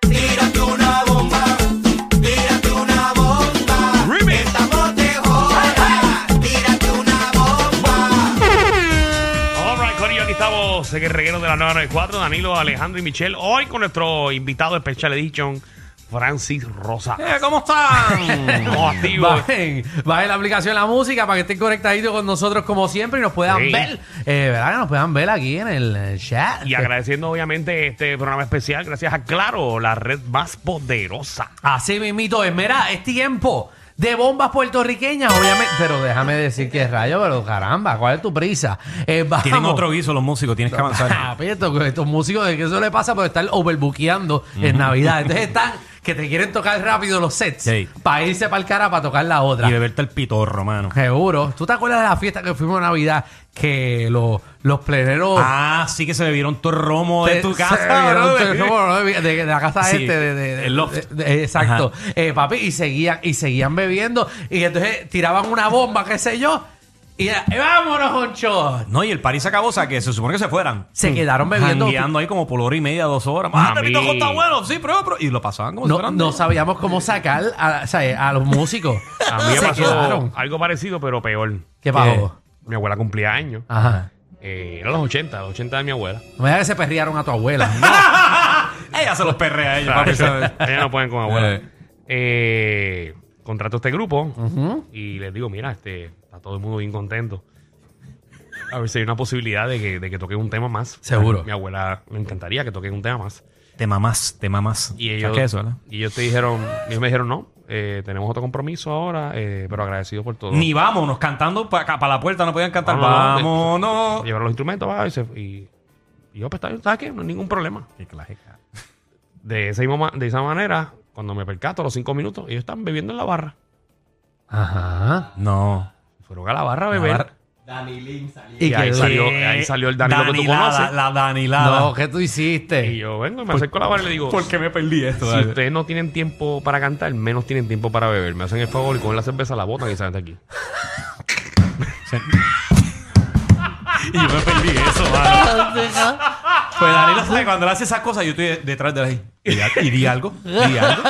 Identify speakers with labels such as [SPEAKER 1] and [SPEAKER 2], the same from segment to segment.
[SPEAKER 1] Tírate una bomba, tírate una bomba. Estamos de joda. Tírate una bomba.
[SPEAKER 2] All right, Corillo, aquí estamos en el reguero de la 994, Danilo, Alejandro y Michelle. Hoy con nuestro invitado especial edition, Francis Rosa.
[SPEAKER 3] Eh, ¿Cómo están?
[SPEAKER 2] Estamos activos.
[SPEAKER 3] Bajen, bajen la aplicación La Música para que estén conectaditos con nosotros como siempre y nos puedan
[SPEAKER 2] Sí.
[SPEAKER 3] ver. Eh, ¿Verdad? Que nos puedan ver aquí en el chat.
[SPEAKER 2] Y agradeciendo, obviamente, este programa especial gracias a Claro, la red más poderosa.
[SPEAKER 3] Así mismito es. Mira, es tiempo de bombas puertorriqueñas, obviamente. Pero déjame decir que rayo, pero caramba, ¿cuál es tu prisa? Eh, vamos.
[SPEAKER 4] Tienen otro guiso los músicos, tienes que avanzar.
[SPEAKER 3] Papi, estos, estos músicos, ¿de qué eso le pasa por estar overbookeando en Navidad? Entonces están que te quieren tocar rápido los sets
[SPEAKER 4] Sí.
[SPEAKER 3] para irse para el cara para tocar la otra.
[SPEAKER 4] y beberte el pitorro, mano.
[SPEAKER 3] Seguro. ¿Tú te acuerdas de la fiesta que fuimos a Navidad que los los pleneros...
[SPEAKER 4] Ah, sí que se bebieron todo el romo de
[SPEAKER 3] Oh. te-
[SPEAKER 4] tu
[SPEAKER 3] se
[SPEAKER 4] casa.
[SPEAKER 3] bebieron
[SPEAKER 4] brother.
[SPEAKER 3] todo el romo, ¿no? de, de la casa
[SPEAKER 4] Sí,
[SPEAKER 3] este de, de- de-
[SPEAKER 4] el loft.
[SPEAKER 3] de- de- exacto Eh, papi y seguían y seguían bebiendo y entonces tiraban una bomba qué sé yo y era, "Eh, vámonos Honcho
[SPEAKER 4] No, y el parís se acabó, o sea, que se supone que se fueran. Mm.
[SPEAKER 3] se quedaron bebiendo
[SPEAKER 4] Jangueando ahí como por hora y media, dos horas. ¡Ah,
[SPEAKER 2] Mami.
[SPEAKER 4] el pitojo está bueno! Sí, pero, pero- Y lo pasaban como si
[SPEAKER 3] no,
[SPEAKER 4] fueran
[SPEAKER 3] no
[SPEAKER 4] de-
[SPEAKER 3] sabíamos cómo sacar a, o sea, eh, a los músicos
[SPEAKER 2] A mí me
[SPEAKER 3] Se
[SPEAKER 2] pasó
[SPEAKER 3] quedaron.
[SPEAKER 2] algo parecido, pero peor.
[SPEAKER 3] qué pasó
[SPEAKER 2] Mi abuela cumplía años.
[SPEAKER 3] ajá
[SPEAKER 2] Eh, eran los 80, los 80 de mi abuela.
[SPEAKER 3] no me digas que se perrearon a tu abuela
[SPEAKER 4] Ella se los perrea a ella, papi, ¿sabes?
[SPEAKER 2] Ellas no pueden con abuela.
[SPEAKER 4] Eh.
[SPEAKER 2] Eh, contrato a este grupo y les digo, mira, este, está todo el mundo bien contento. A ver si hay una posibilidad de que, de que toquen un tema más.
[SPEAKER 3] Seguro.
[SPEAKER 2] Mi abuela me encantaría que toquen un tema más.
[SPEAKER 4] Te mamás, te mamás.
[SPEAKER 2] Y ellos,
[SPEAKER 4] ¿Sabes qué es eso, verdad?
[SPEAKER 2] y ellos te dijeron, ellos me dijeron, no, eh, tenemos otro compromiso ahora, eh, pero agradecido por todo.
[SPEAKER 4] Ni vámonos, cantando para la puerta, no podían cantar.
[SPEAKER 2] No, no, no,
[SPEAKER 4] ¡Vámonos!
[SPEAKER 2] Llevaron los instrumentos, va, y, se- y- y yo, pues, está bien, ¿sabes qué? No hay ningún problema.
[SPEAKER 4] Qué clase, cara.
[SPEAKER 2] De esa, misma ma- de esa manera, cuando me percato a los cinco minutos, ellos están bebiendo en la barra.
[SPEAKER 3] ajá
[SPEAKER 4] No.
[SPEAKER 2] Fueron a la barra a
[SPEAKER 4] La
[SPEAKER 2] beber.
[SPEAKER 4] barra-
[SPEAKER 3] y
[SPEAKER 2] Y ahí
[SPEAKER 3] que
[SPEAKER 2] salió, ahí salió el Danilo que tú
[SPEAKER 4] Danilada,
[SPEAKER 2] conoces.
[SPEAKER 4] La Danilada.
[SPEAKER 3] no qué tú hiciste
[SPEAKER 2] Y yo vengo y me acerco a la barra y le digo,
[SPEAKER 4] ¿Por qué me perdí esto?
[SPEAKER 2] si ustedes no tienen tiempo para cantar, menos tienen tiempo para beber. Me hacen el favor y con la cerveza la botan y salen de aquí.
[SPEAKER 4] Y yo me perdí eso, mano. Pues Danilo sabe, cuando él hace esas cosas, yo estoy detrás de él. ¿Y, al- y di algo? ¿Di algo?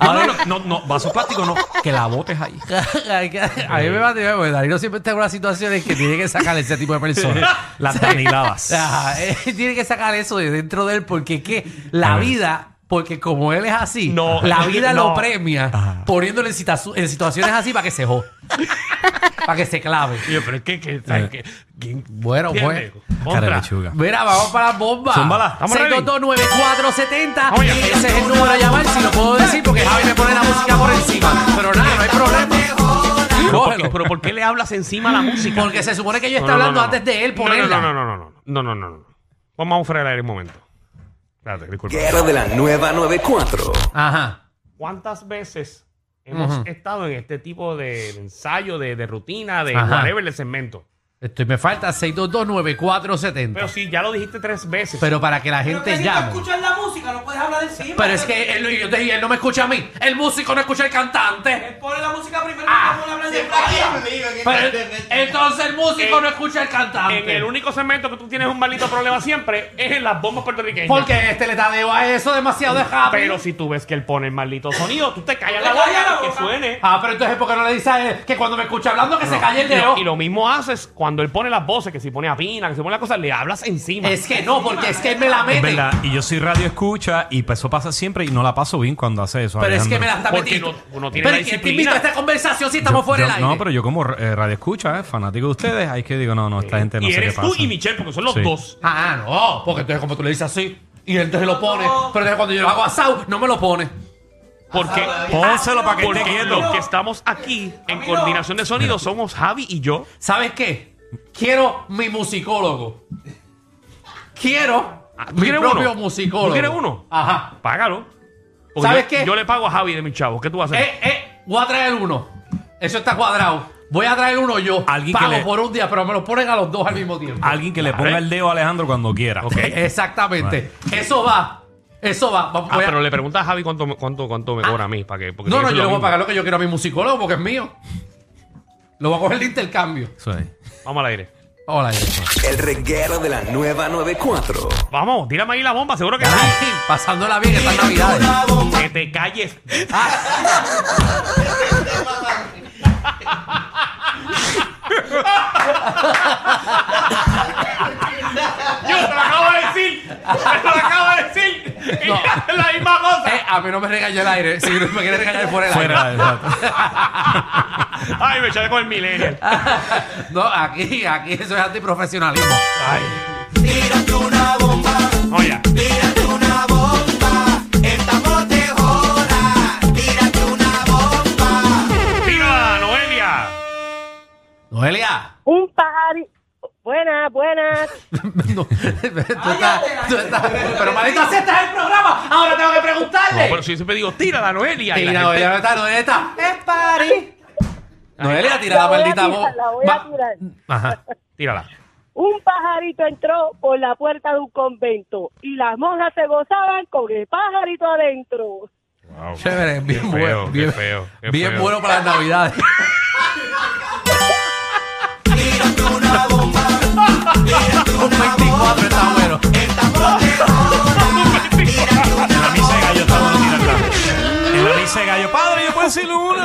[SPEAKER 4] No, no, no, no, vaso plástico no, que la botes ahí.
[SPEAKER 3] Hay que- a mí me va a tirar, porque Danilo siempre está en unas situaciones que tiene que sacar ese tipo de personas.
[SPEAKER 4] Las daniladas.
[SPEAKER 3] Ajá, él tiene que sacar eso de dentro de él, porque que la
[SPEAKER 4] A ver.
[SPEAKER 3] vida, porque como él es así,
[SPEAKER 2] No,
[SPEAKER 3] la vida
[SPEAKER 2] no.
[SPEAKER 3] lo premia
[SPEAKER 4] Ajá.
[SPEAKER 3] poniéndole en, situa- en situaciones así para que se jo, para que se clave.
[SPEAKER 2] Y yo, pero es que, que, ¿sabes qué? ¿Quién-
[SPEAKER 3] Bueno,
[SPEAKER 2] entiende?
[SPEAKER 3] pues.
[SPEAKER 4] Cara de
[SPEAKER 2] Contra.
[SPEAKER 4] lechuga.
[SPEAKER 3] Mira, vamos para las bombas.
[SPEAKER 4] Zúmbala.
[SPEAKER 2] Estamos ready.
[SPEAKER 3] 6229470.
[SPEAKER 2] Oye.
[SPEAKER 3] Ese es el número a llamar, si lo puedo decir, porque Javi me pone la música por encima. Pero nada, no hay problema.
[SPEAKER 2] Pero ¿por, qué,
[SPEAKER 3] Cógelo.
[SPEAKER 2] pero ¿por qué le hablas encima a la música?
[SPEAKER 3] Porque se supone que yo
[SPEAKER 2] No,
[SPEAKER 3] estoy
[SPEAKER 2] no, no,
[SPEAKER 3] hablando
[SPEAKER 2] no.
[SPEAKER 3] antes de él
[SPEAKER 2] No,
[SPEAKER 3] ponerla.
[SPEAKER 2] No, no, no, no, no, no, no, no, no, no. Vamos a frenar el aire un momento. Espérate, disculpa.
[SPEAKER 5] Guerra de la nueva 94.
[SPEAKER 3] Ajá.
[SPEAKER 2] ¿Cuántas veces hemos estado en este tipo de, de ensayo, de, de rutina, de
[SPEAKER 3] Ajá.
[SPEAKER 2] whatever, de segmento?
[SPEAKER 3] Estoy, me falta 6229470.
[SPEAKER 2] Pero
[SPEAKER 3] Pero,
[SPEAKER 2] si ya lo dijiste tres veces.
[SPEAKER 3] para que la gente llame.
[SPEAKER 1] la música, no puedes hablar encima.
[SPEAKER 3] Pero es que él, yo te dije, él no me escucha a mí. El músico no escucha al cantante.
[SPEAKER 1] Pone la música primero
[SPEAKER 3] Ah,
[SPEAKER 1] y hablar de
[SPEAKER 3] Pero entonces el músico
[SPEAKER 2] En-
[SPEAKER 3] no escucha al
[SPEAKER 2] En el
[SPEAKER 3] cantante.
[SPEAKER 2] único segmento que tú tienes un maldito problema siempre es en las bombas puertorriqueñas.
[SPEAKER 3] Porque este le tadeo a eso demasiado de happy.
[SPEAKER 2] Pero si tú ves que él pone el maldito sonido, tú te callas
[SPEAKER 1] Tú
[SPEAKER 2] la
[SPEAKER 1] te callas la
[SPEAKER 2] boca que
[SPEAKER 1] boca.
[SPEAKER 2] suene.
[SPEAKER 3] Ah, pero entonces, ¿por qué no le dice a él que cuando me escucha hablando que se calle el
[SPEAKER 2] Y
[SPEAKER 3] dedo?
[SPEAKER 2] lo, y lo mismo haces cuando él pone las voces, que si pone a Pina, que si pone las cosas, le hablas encima.
[SPEAKER 3] Es que no, porque es que él me la
[SPEAKER 4] Es
[SPEAKER 3] mete.
[SPEAKER 4] verdad, y yo soy radio escucha y pues eso pasa siempre y no la paso bien cuando hace eso.
[SPEAKER 3] Pero es
[SPEAKER 4] Alejandro.
[SPEAKER 3] que me la está
[SPEAKER 2] Porque
[SPEAKER 3] metiendo.
[SPEAKER 2] no- uno tiene
[SPEAKER 3] pero
[SPEAKER 2] la
[SPEAKER 3] ¿quién te
[SPEAKER 2] disciplina.
[SPEAKER 3] invita a esta conversación si estamos
[SPEAKER 4] Yo-
[SPEAKER 3] fuera del
[SPEAKER 4] yo-
[SPEAKER 3] aire?
[SPEAKER 4] No, pero yo como eh, radio escucha, eh, fanático de ustedes, ahí que digo, no, no, esta gente no
[SPEAKER 2] y
[SPEAKER 4] sé qué
[SPEAKER 2] eres
[SPEAKER 4] pasa.
[SPEAKER 2] tú y Michelle, porque son los
[SPEAKER 4] Sí.
[SPEAKER 2] dos.
[SPEAKER 3] Ah, no, porque entonces como tú le dices así, y él entonces lo pone, pero entonces cuando yo lo hago asado, no me lo pone.
[SPEAKER 2] Porque,
[SPEAKER 3] Ah,
[SPEAKER 4] Pónselo para que esté
[SPEAKER 2] porque
[SPEAKER 4] quieto.
[SPEAKER 2] los que estamos aquí en coordinación de sonido somos Javi y yo.
[SPEAKER 3] ¿Sabes qué? Quiero mi musicólogo. Quiero
[SPEAKER 2] Ah, ¿Tú
[SPEAKER 3] mi
[SPEAKER 2] quieres
[SPEAKER 3] propio
[SPEAKER 2] uno?
[SPEAKER 3] musicólogo.
[SPEAKER 2] ¿Tú quieres uno?
[SPEAKER 3] Ajá.
[SPEAKER 2] Págalo. Porque
[SPEAKER 3] ¿Sabes
[SPEAKER 2] yo,
[SPEAKER 3] qué?
[SPEAKER 2] Yo le pago a Javi de mis chavos. ¿Qué tú vas a hacer?
[SPEAKER 3] Eh, eh, voy a traer uno. Eso está cuadrado. Voy a traer uno yo.
[SPEAKER 4] Alguien
[SPEAKER 3] Pago
[SPEAKER 4] que le-
[SPEAKER 3] por un día, pero me lo ponen a los dos al mismo tiempo.
[SPEAKER 4] Alguien que le ponga el dedo a Alejandro cuando quiera.
[SPEAKER 2] Ok.
[SPEAKER 3] Exactamente. Eso va. Eso va.
[SPEAKER 2] Ah,
[SPEAKER 3] Va- voy a- Ah.
[SPEAKER 2] pero le preguntas a Javi cuánto, me- cuánto, cuánto me cobra a mí. ¿para que, porque
[SPEAKER 3] No,
[SPEAKER 2] tiene que
[SPEAKER 3] no, yo
[SPEAKER 2] ser
[SPEAKER 3] le
[SPEAKER 2] lo
[SPEAKER 3] voy a
[SPEAKER 2] mismo.
[SPEAKER 3] pagar lo que yo quiero a mi musicólogo porque es mío. Lo voy a coger de intercambio.
[SPEAKER 4] Eso es.
[SPEAKER 2] Vamos al aire.
[SPEAKER 3] Hola, Jesús.
[SPEAKER 5] El reguero de la nueva 94.
[SPEAKER 2] Vamos, tírame ahí la bomba, seguro que sí.
[SPEAKER 3] Ay, Pasándola bien estas navidades.
[SPEAKER 2] Que te calles. Yo te lo acabo de decir. Te lo acabo de decir. Y
[SPEAKER 3] No.
[SPEAKER 2] es la misma cosa.
[SPEAKER 3] Eh, a mí no me regañó el aire. Si me quiere regañar fuera del aire.
[SPEAKER 4] Fuera, exacto.
[SPEAKER 2] Ay, me echaré con el milenio.
[SPEAKER 3] No, aquí, aquí eso es antiprofesionalismo.
[SPEAKER 2] Ay.
[SPEAKER 1] Tírate una bomba,
[SPEAKER 2] Oye.
[SPEAKER 1] tírate una bomba, estamos de joda, tírate una bomba.
[SPEAKER 2] Viva Noelia.
[SPEAKER 3] Noelia.
[SPEAKER 6] Un pajarito. Buenas, buenas.
[SPEAKER 3] No, tú estás,
[SPEAKER 1] Cállate,
[SPEAKER 3] tú estás- pero maldita sea, estás en el programa. Ahora tengo que preguntarle.
[SPEAKER 2] No, pero si yo siempre digo, tira la Noelia. y
[SPEAKER 3] Tira,
[SPEAKER 2] la gente-
[SPEAKER 3] Noelia, no está, Noelia está. Es party. Noelia, tira la
[SPEAKER 6] La voy a
[SPEAKER 3] maldita
[SPEAKER 6] tirar,
[SPEAKER 3] voz.
[SPEAKER 6] la voy a tirar.
[SPEAKER 2] Ajá. Tírala.
[SPEAKER 6] Un pajarito entró por la puerta de un convento y las monjas se gozaban con el pajarito adentro.
[SPEAKER 3] Chévere, bien
[SPEAKER 2] feo,
[SPEAKER 3] bueno.
[SPEAKER 2] qué
[SPEAKER 3] bien
[SPEAKER 2] feo, qué
[SPEAKER 3] bien
[SPEAKER 2] feo.
[SPEAKER 3] bueno para las navidades.
[SPEAKER 1] Tírate una bomba,
[SPEAKER 3] Un 24 está bueno.
[SPEAKER 1] estamos de joda, tírate una
[SPEAKER 4] En la misa de
[SPEAKER 1] bomba.
[SPEAKER 4] gallo está bueno tirarla. En la misa de gallo. Padre, yo puedo decirle una.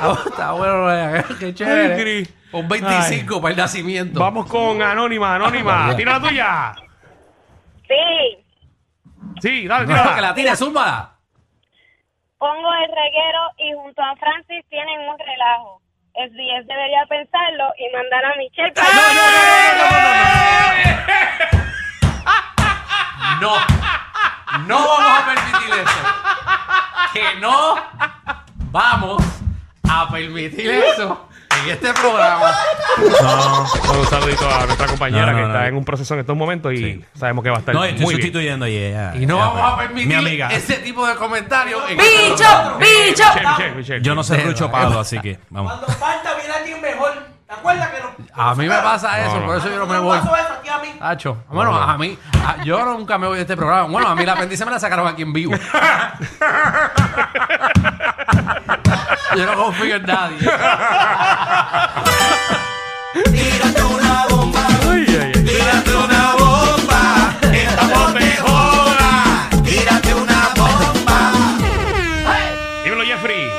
[SPEAKER 3] Ah, Está bueno, Noelia. Qué chévere.
[SPEAKER 2] Ay, Cris.
[SPEAKER 3] Un 25 para el nacimiento.
[SPEAKER 2] Vamos con Anónima, Anónima. Tira la tuya.
[SPEAKER 6] Sí,
[SPEAKER 2] Sí, dale,
[SPEAKER 3] No, que
[SPEAKER 2] tírala.
[SPEAKER 3] la tire, súmala.
[SPEAKER 6] pongo el reguero y junto a Francis tienen un relajo. El 10 debería pensarlo y mandar a Michelle para...
[SPEAKER 3] No, no vamos a permitir eso. Que no vamos a permitir eso en este programa.
[SPEAKER 4] No.
[SPEAKER 2] Un saludito a nuestra compañera
[SPEAKER 4] No, no,
[SPEAKER 2] que
[SPEAKER 4] no.
[SPEAKER 2] está en un proceso en estos momentos y
[SPEAKER 4] Sí.
[SPEAKER 2] sabemos que va a estar
[SPEAKER 4] No, estoy
[SPEAKER 2] muy bien.
[SPEAKER 4] sustituyendo a ella.
[SPEAKER 3] Y no
[SPEAKER 4] Ya,
[SPEAKER 3] vamos
[SPEAKER 4] pues.
[SPEAKER 3] a permitir
[SPEAKER 4] Mi amiga.
[SPEAKER 3] ese tipo de comentarios. en este
[SPEAKER 7] ¡Bicho!
[SPEAKER 3] programa.
[SPEAKER 7] ¡Bicho!
[SPEAKER 2] Michelle, Michelle, Michelle.
[SPEAKER 4] Yo no sé
[SPEAKER 3] Pero,
[SPEAKER 4] rucho
[SPEAKER 3] eh,
[SPEAKER 4] palo, así que vamos.
[SPEAKER 1] Cuando falta viene alguien mejor. ¿Te acuerdas que no?
[SPEAKER 3] A mí me pasa eso,
[SPEAKER 2] no.
[SPEAKER 3] por eso yo no me
[SPEAKER 1] ¿Cómo
[SPEAKER 3] voy.
[SPEAKER 1] pasó eso aquí a mí?
[SPEAKER 3] Tacho. Bueno, a mí, a- yo nunca me voy de este programa. Bueno, a mí la apéndice me la sacaron aquí en vivo. yo no confío en nadie.
[SPEAKER 1] Tírate una bomba, tírate una bomba, estamos de joda, tírate una bomba.
[SPEAKER 2] Dímelo, Jeffrey.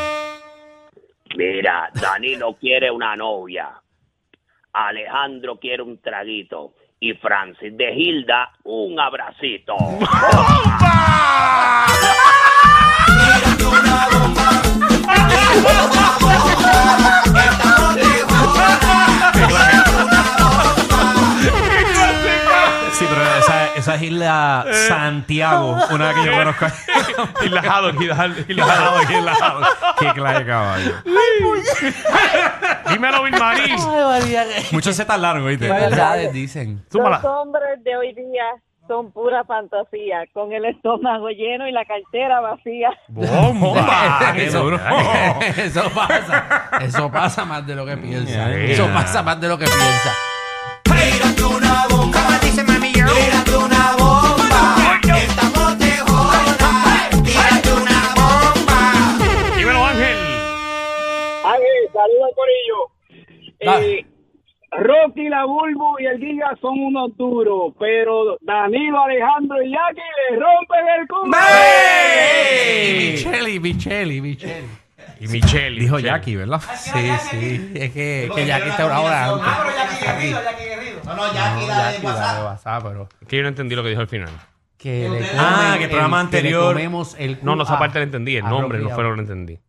[SPEAKER 8] Mira, Danilo quiere una novia, Alejandro quiere un traguito y Francis de Gilda un abracito.
[SPEAKER 4] Sí, pero esa, esa es Isla Santiago, una que yo conozco.
[SPEAKER 2] Y la Haddock, y la Haddock, y la Haddock.
[SPEAKER 4] Isla- Isla- Qué clase de caballo.
[SPEAKER 2] Dímelo, Vilmarí.
[SPEAKER 4] Muchos se tardaron, ¿viste?
[SPEAKER 3] verdades dicen.
[SPEAKER 6] Los
[SPEAKER 2] Súmala.
[SPEAKER 6] hombres de hoy día son pura fantasía, con el estómago lleno y la cartera vacía.
[SPEAKER 2] ¡Bomba! ¡Qué
[SPEAKER 3] eso,
[SPEAKER 2] duro!
[SPEAKER 3] eso pasa. Eso pasa más de lo que piensa.
[SPEAKER 2] Yeah.
[SPEAKER 3] Eso pasa más de lo que piensa.
[SPEAKER 1] Tírate una bomba, dice mami yo. Tírate una bomba, estamos de joda, tírate una bomba.
[SPEAKER 2] Dímelo, Ángel.
[SPEAKER 9] Ángel, saludos Corillo.
[SPEAKER 3] Dale.
[SPEAKER 9] Eh, Rocky, la Bulbu y el Giga son unos duros, pero Danilo, Alejandro y Jackie le rompen el culo.
[SPEAKER 3] Y Micheli, Micheli, Micheli.
[SPEAKER 2] Y Michelle.
[SPEAKER 4] Dijo
[SPEAKER 2] Michelle.
[SPEAKER 4] Jackie, ¿verdad?
[SPEAKER 3] Sí, sí. Es que, que Jackie está una hora antes.
[SPEAKER 1] Ah, pero Jackie Guerrido, Jackie Guerrido. No, no, Jackie
[SPEAKER 3] No,
[SPEAKER 1] la de
[SPEAKER 3] Jackie, la
[SPEAKER 1] WhatsApp.
[SPEAKER 3] de WhatsApp, pero...
[SPEAKER 2] Que yo no entendí lo que dijo al final.
[SPEAKER 3] Que le
[SPEAKER 4] Ah,
[SPEAKER 3] comen
[SPEAKER 4] que el programa anterior.
[SPEAKER 3] Que le comemos el
[SPEAKER 2] No, no,
[SPEAKER 3] culo
[SPEAKER 2] esa
[SPEAKER 3] a-
[SPEAKER 2] parte la entendí. El
[SPEAKER 3] a
[SPEAKER 2] nombre no
[SPEAKER 3] Rocky
[SPEAKER 2] fue lo
[SPEAKER 3] Abreu.
[SPEAKER 2] que entendí.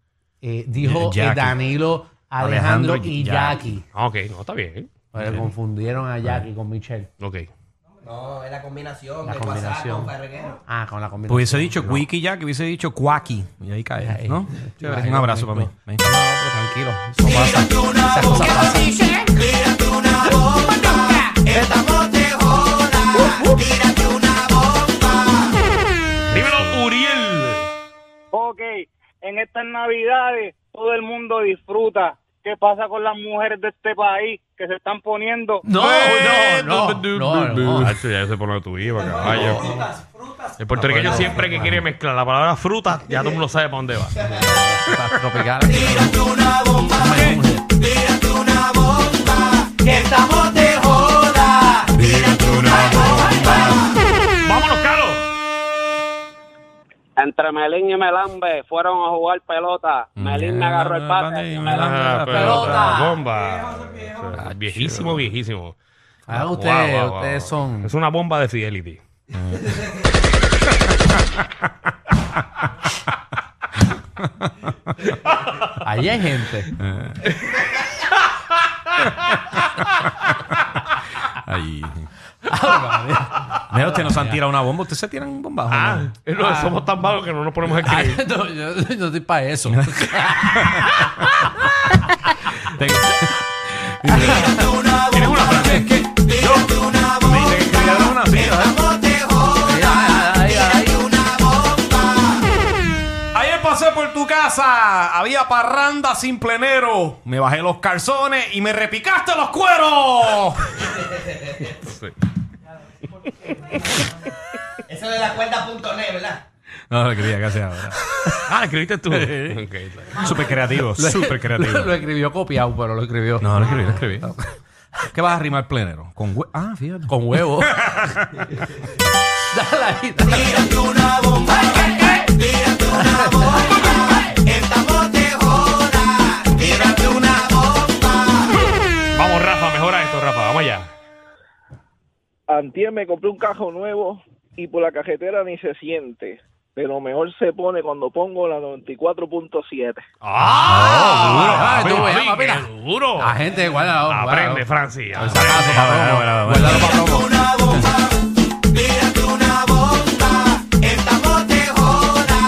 [SPEAKER 3] Eh, dijo
[SPEAKER 4] Jackie.
[SPEAKER 3] eh, Danilo, Alejandro,
[SPEAKER 4] Alejandro
[SPEAKER 3] y
[SPEAKER 4] y Jackie.
[SPEAKER 3] Jackie.
[SPEAKER 2] Ah, ok. No, está bien.
[SPEAKER 3] Pero confundieron a Jackie con Michelle.
[SPEAKER 2] Ok.
[SPEAKER 1] No, es la combinación
[SPEAKER 3] La
[SPEAKER 1] de WhatsApp
[SPEAKER 3] combinación.
[SPEAKER 1] con Ferreguero.
[SPEAKER 3] Ah, con la combinación.
[SPEAKER 4] Pues Hubiese dicho Wiki Jackie, hubiese dicho Quaki. Y ahí cae, ¿no? Chévere, un abrazo para mí. Ven.
[SPEAKER 3] No, pero tranquilo. Eso pasa. Esas cosas pasan. Uh,
[SPEAKER 1] Tírate una bomba, estamos de joda, tírate una
[SPEAKER 9] en estas navidades todo el mundo disfruta. ¿Qué pasa con las mujeres de este país que se están poniendo?
[SPEAKER 3] No, no, no, no, no.
[SPEAKER 2] Hacho, ya se pone tu IVA, caballo.
[SPEAKER 1] Frutas, frutas.
[SPEAKER 2] El puertorriqueño
[SPEAKER 3] No, pero-
[SPEAKER 2] siempre que quiere mezclar la palabra fruta, ya todo el mundo sabe para dónde va.
[SPEAKER 3] Para tropical.
[SPEAKER 1] Tírate una bomba. Tírate una bomba. Que estamos de joda. Tírate una bomba.
[SPEAKER 2] ¡Vámonos, Carlos!
[SPEAKER 8] Entre Melín y Melambe fueron a jugar pelota. Melín me agarró el pase.
[SPEAKER 2] Ah,
[SPEAKER 3] la pelota.
[SPEAKER 2] Bomba. Viejísimo, viejísimo.
[SPEAKER 3] Ah,
[SPEAKER 2] Wow,
[SPEAKER 3] ustedes,
[SPEAKER 2] wow, wow.
[SPEAKER 3] ustedes son.
[SPEAKER 2] Es una bomba de fidelity.
[SPEAKER 3] Ahí hay gente.
[SPEAKER 4] Ahí.
[SPEAKER 3] Ah,
[SPEAKER 4] Mira, ustedes nos han tirado una bomba. Ustedes se tiran un bombazo.
[SPEAKER 2] Ah, eh, no, somos tan malos que no nos ponemos a
[SPEAKER 3] Ay,
[SPEAKER 2] escribir.
[SPEAKER 3] no, yo, yo estoy para eso.
[SPEAKER 4] ¿no? Te-
[SPEAKER 1] Tírate una
[SPEAKER 2] Tienes
[SPEAKER 1] bomba.
[SPEAKER 2] una frase.
[SPEAKER 4] es que
[SPEAKER 1] Tírate una
[SPEAKER 4] me dice
[SPEAKER 1] bomba.
[SPEAKER 4] que escribieron una
[SPEAKER 1] Que
[SPEAKER 4] cita.
[SPEAKER 1] estamos de joda.
[SPEAKER 3] Ay, ay, ay.
[SPEAKER 1] Tírate una bomba.
[SPEAKER 4] Ayer pasé por tu casa, había parranda sin plenero. Me bajé los calzones y me repicaste los cueros.
[SPEAKER 2] Sí.
[SPEAKER 1] Eso de la cuerda.net, ¿verdad?
[SPEAKER 4] No lo quería que sea, ¿verdad?
[SPEAKER 2] Ah, escribiste tú. Ok, está bien.
[SPEAKER 4] Súper creativo, súper creativo.
[SPEAKER 3] Lo, lo escribió copiado, pero lo escribió.
[SPEAKER 4] No, lo escribí, lo escribí. ¿Qué vas a rimar plenero? Con hue- Ah, fíjate.
[SPEAKER 3] Con huevo. Dale ahí, dale.
[SPEAKER 1] Tírate una bomba. Tírate una bomba. Que estamos de joda. Tírate una bomba.
[SPEAKER 2] Vamos, Rafa, mejora esto, Rafa. Vamos allá.
[SPEAKER 9] Antier me compré un cajo nuevo y por la cajetera ni se siente. Pero mejor se pone cuando pongo la 94.7.
[SPEAKER 2] ¡Ah!
[SPEAKER 3] Ah, duro. Ay,
[SPEAKER 2] papi,
[SPEAKER 3] tú, papi,
[SPEAKER 2] qué
[SPEAKER 3] la-
[SPEAKER 2] duro!
[SPEAKER 3] La gente guarda. guarda.
[SPEAKER 2] Aprende, Francis.
[SPEAKER 3] Por si acaso, pa' promo.
[SPEAKER 4] Bueno, bueno, bueno.
[SPEAKER 3] Guárdalo pa' promo.
[SPEAKER 1] una bomba, tírate una bomba, estamos de joda,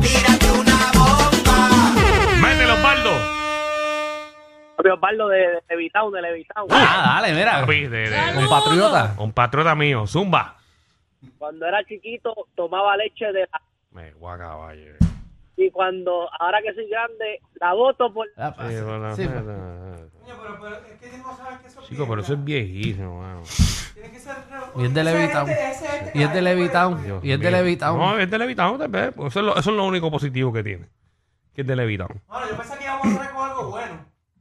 [SPEAKER 1] tírate una bomba.
[SPEAKER 2] Mételo, Osvaldo.
[SPEAKER 3] Ah.
[SPEAKER 8] Osvaldo de, de Levitown, de Levitown.
[SPEAKER 3] Ah, dale, mira.
[SPEAKER 2] Papi, de- de-
[SPEAKER 3] Compatriota.
[SPEAKER 2] Compatriota mío, Zumba.
[SPEAKER 8] Cuando era chiquito tomaba leche de la...
[SPEAKER 2] Me guacaballe.
[SPEAKER 8] Y cuando, ahora que soy grande, la voto por...
[SPEAKER 3] Ah, pa-
[SPEAKER 2] Sí, bueno,
[SPEAKER 3] sí, pa-
[SPEAKER 2] bueno. Chico, pero eso es viejísimo, mano.
[SPEAKER 3] Y es de Levitown. Y es de Levitown.
[SPEAKER 2] Dios
[SPEAKER 3] Y es de
[SPEAKER 2] mío.
[SPEAKER 3] Levitown.
[SPEAKER 2] No, es de Levitown, tal vez. Eso es, lo, eso es lo único positivo que tiene. Que es de Levitown.
[SPEAKER 1] Bueno, yo pensé que íbamos a cerrar con algo bueno.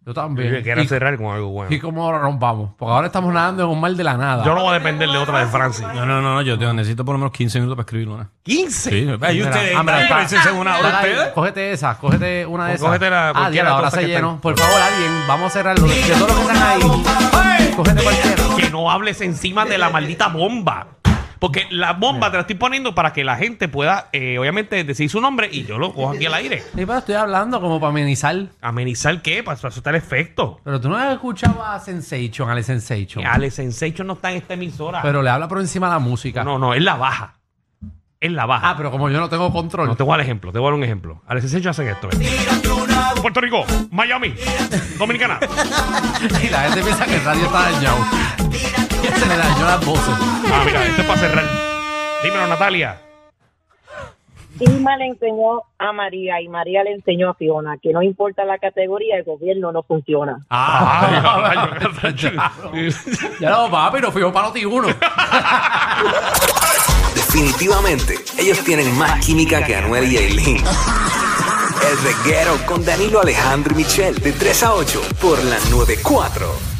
[SPEAKER 3] Yo
[SPEAKER 2] Yo
[SPEAKER 3] también.
[SPEAKER 2] quiero
[SPEAKER 3] Y-
[SPEAKER 2] cerrar con algo bueno.
[SPEAKER 3] ¿Y cómo lo rompamos? Porque ahora estamos nadando en un mar de la nada.
[SPEAKER 2] Yo no voy a depender de otra de Francis.
[SPEAKER 4] No, no, no, yo te- necesito por lo menos 15 minutos para escribir una.
[SPEAKER 2] 15.
[SPEAKER 4] Sí, ahí
[SPEAKER 3] Mira,
[SPEAKER 4] ustedes
[SPEAKER 3] ah, mira,
[SPEAKER 4] están
[SPEAKER 3] está.
[SPEAKER 4] parecen una hora
[SPEAKER 3] Dale,
[SPEAKER 4] ustedes.
[SPEAKER 3] cógete esa, cógete una de
[SPEAKER 2] O
[SPEAKER 3] esas.
[SPEAKER 2] Pues cógete la-
[SPEAKER 3] ah,
[SPEAKER 2] cualquiera
[SPEAKER 3] diablo, ahora
[SPEAKER 2] de todas
[SPEAKER 3] se
[SPEAKER 2] que están.
[SPEAKER 3] llenó. Por favor, alguien, vamos a cerrarlo. De todos los que están ahí, ¡ay! cógete cualquiera.
[SPEAKER 2] Que no hables encima de la maldita bomba. Porque la bomba te la estoy poniendo para que la gente pueda, eh, obviamente, decir su nombre y yo lo cojo aquí al aire.
[SPEAKER 3] Sí, pero estoy hablando como para amenizar.
[SPEAKER 2] ¿Amenizar qué? Para eso está el efecto.
[SPEAKER 3] Pero tú no has escuchado a Sensation, Ale Sensation.
[SPEAKER 2] Ale Sensation no está en esta emisora.
[SPEAKER 3] Pero le habla por encima la música.
[SPEAKER 2] no, no, es la baja. Es la baja.
[SPEAKER 3] Ah, pero como yo no tengo control.
[SPEAKER 2] No, te voy a dar ejemplo, te voy a dar un ejemplo. A veces ellos hacen esto. mira. Puerto Rico, Miami, Dominicana.
[SPEAKER 3] Y la gente piensa que el radio está dañado. se le dañó las voces.
[SPEAKER 2] Ah, mira, esto es para cerrar. Dímelo, Natalia.
[SPEAKER 6] Irma le enseñó a María y María le enseñó a Fiona que no importa la categoría, el gobierno no funciona.
[SPEAKER 2] Ah, caballo.
[SPEAKER 3] Ya no, papi, nos fuimos para noti uno.
[SPEAKER 5] Definitivamente, ellos tienen más química que Anuel y Aileen. El reguero con Danilo Alejandro y Michel de 3 a 8 por la 94.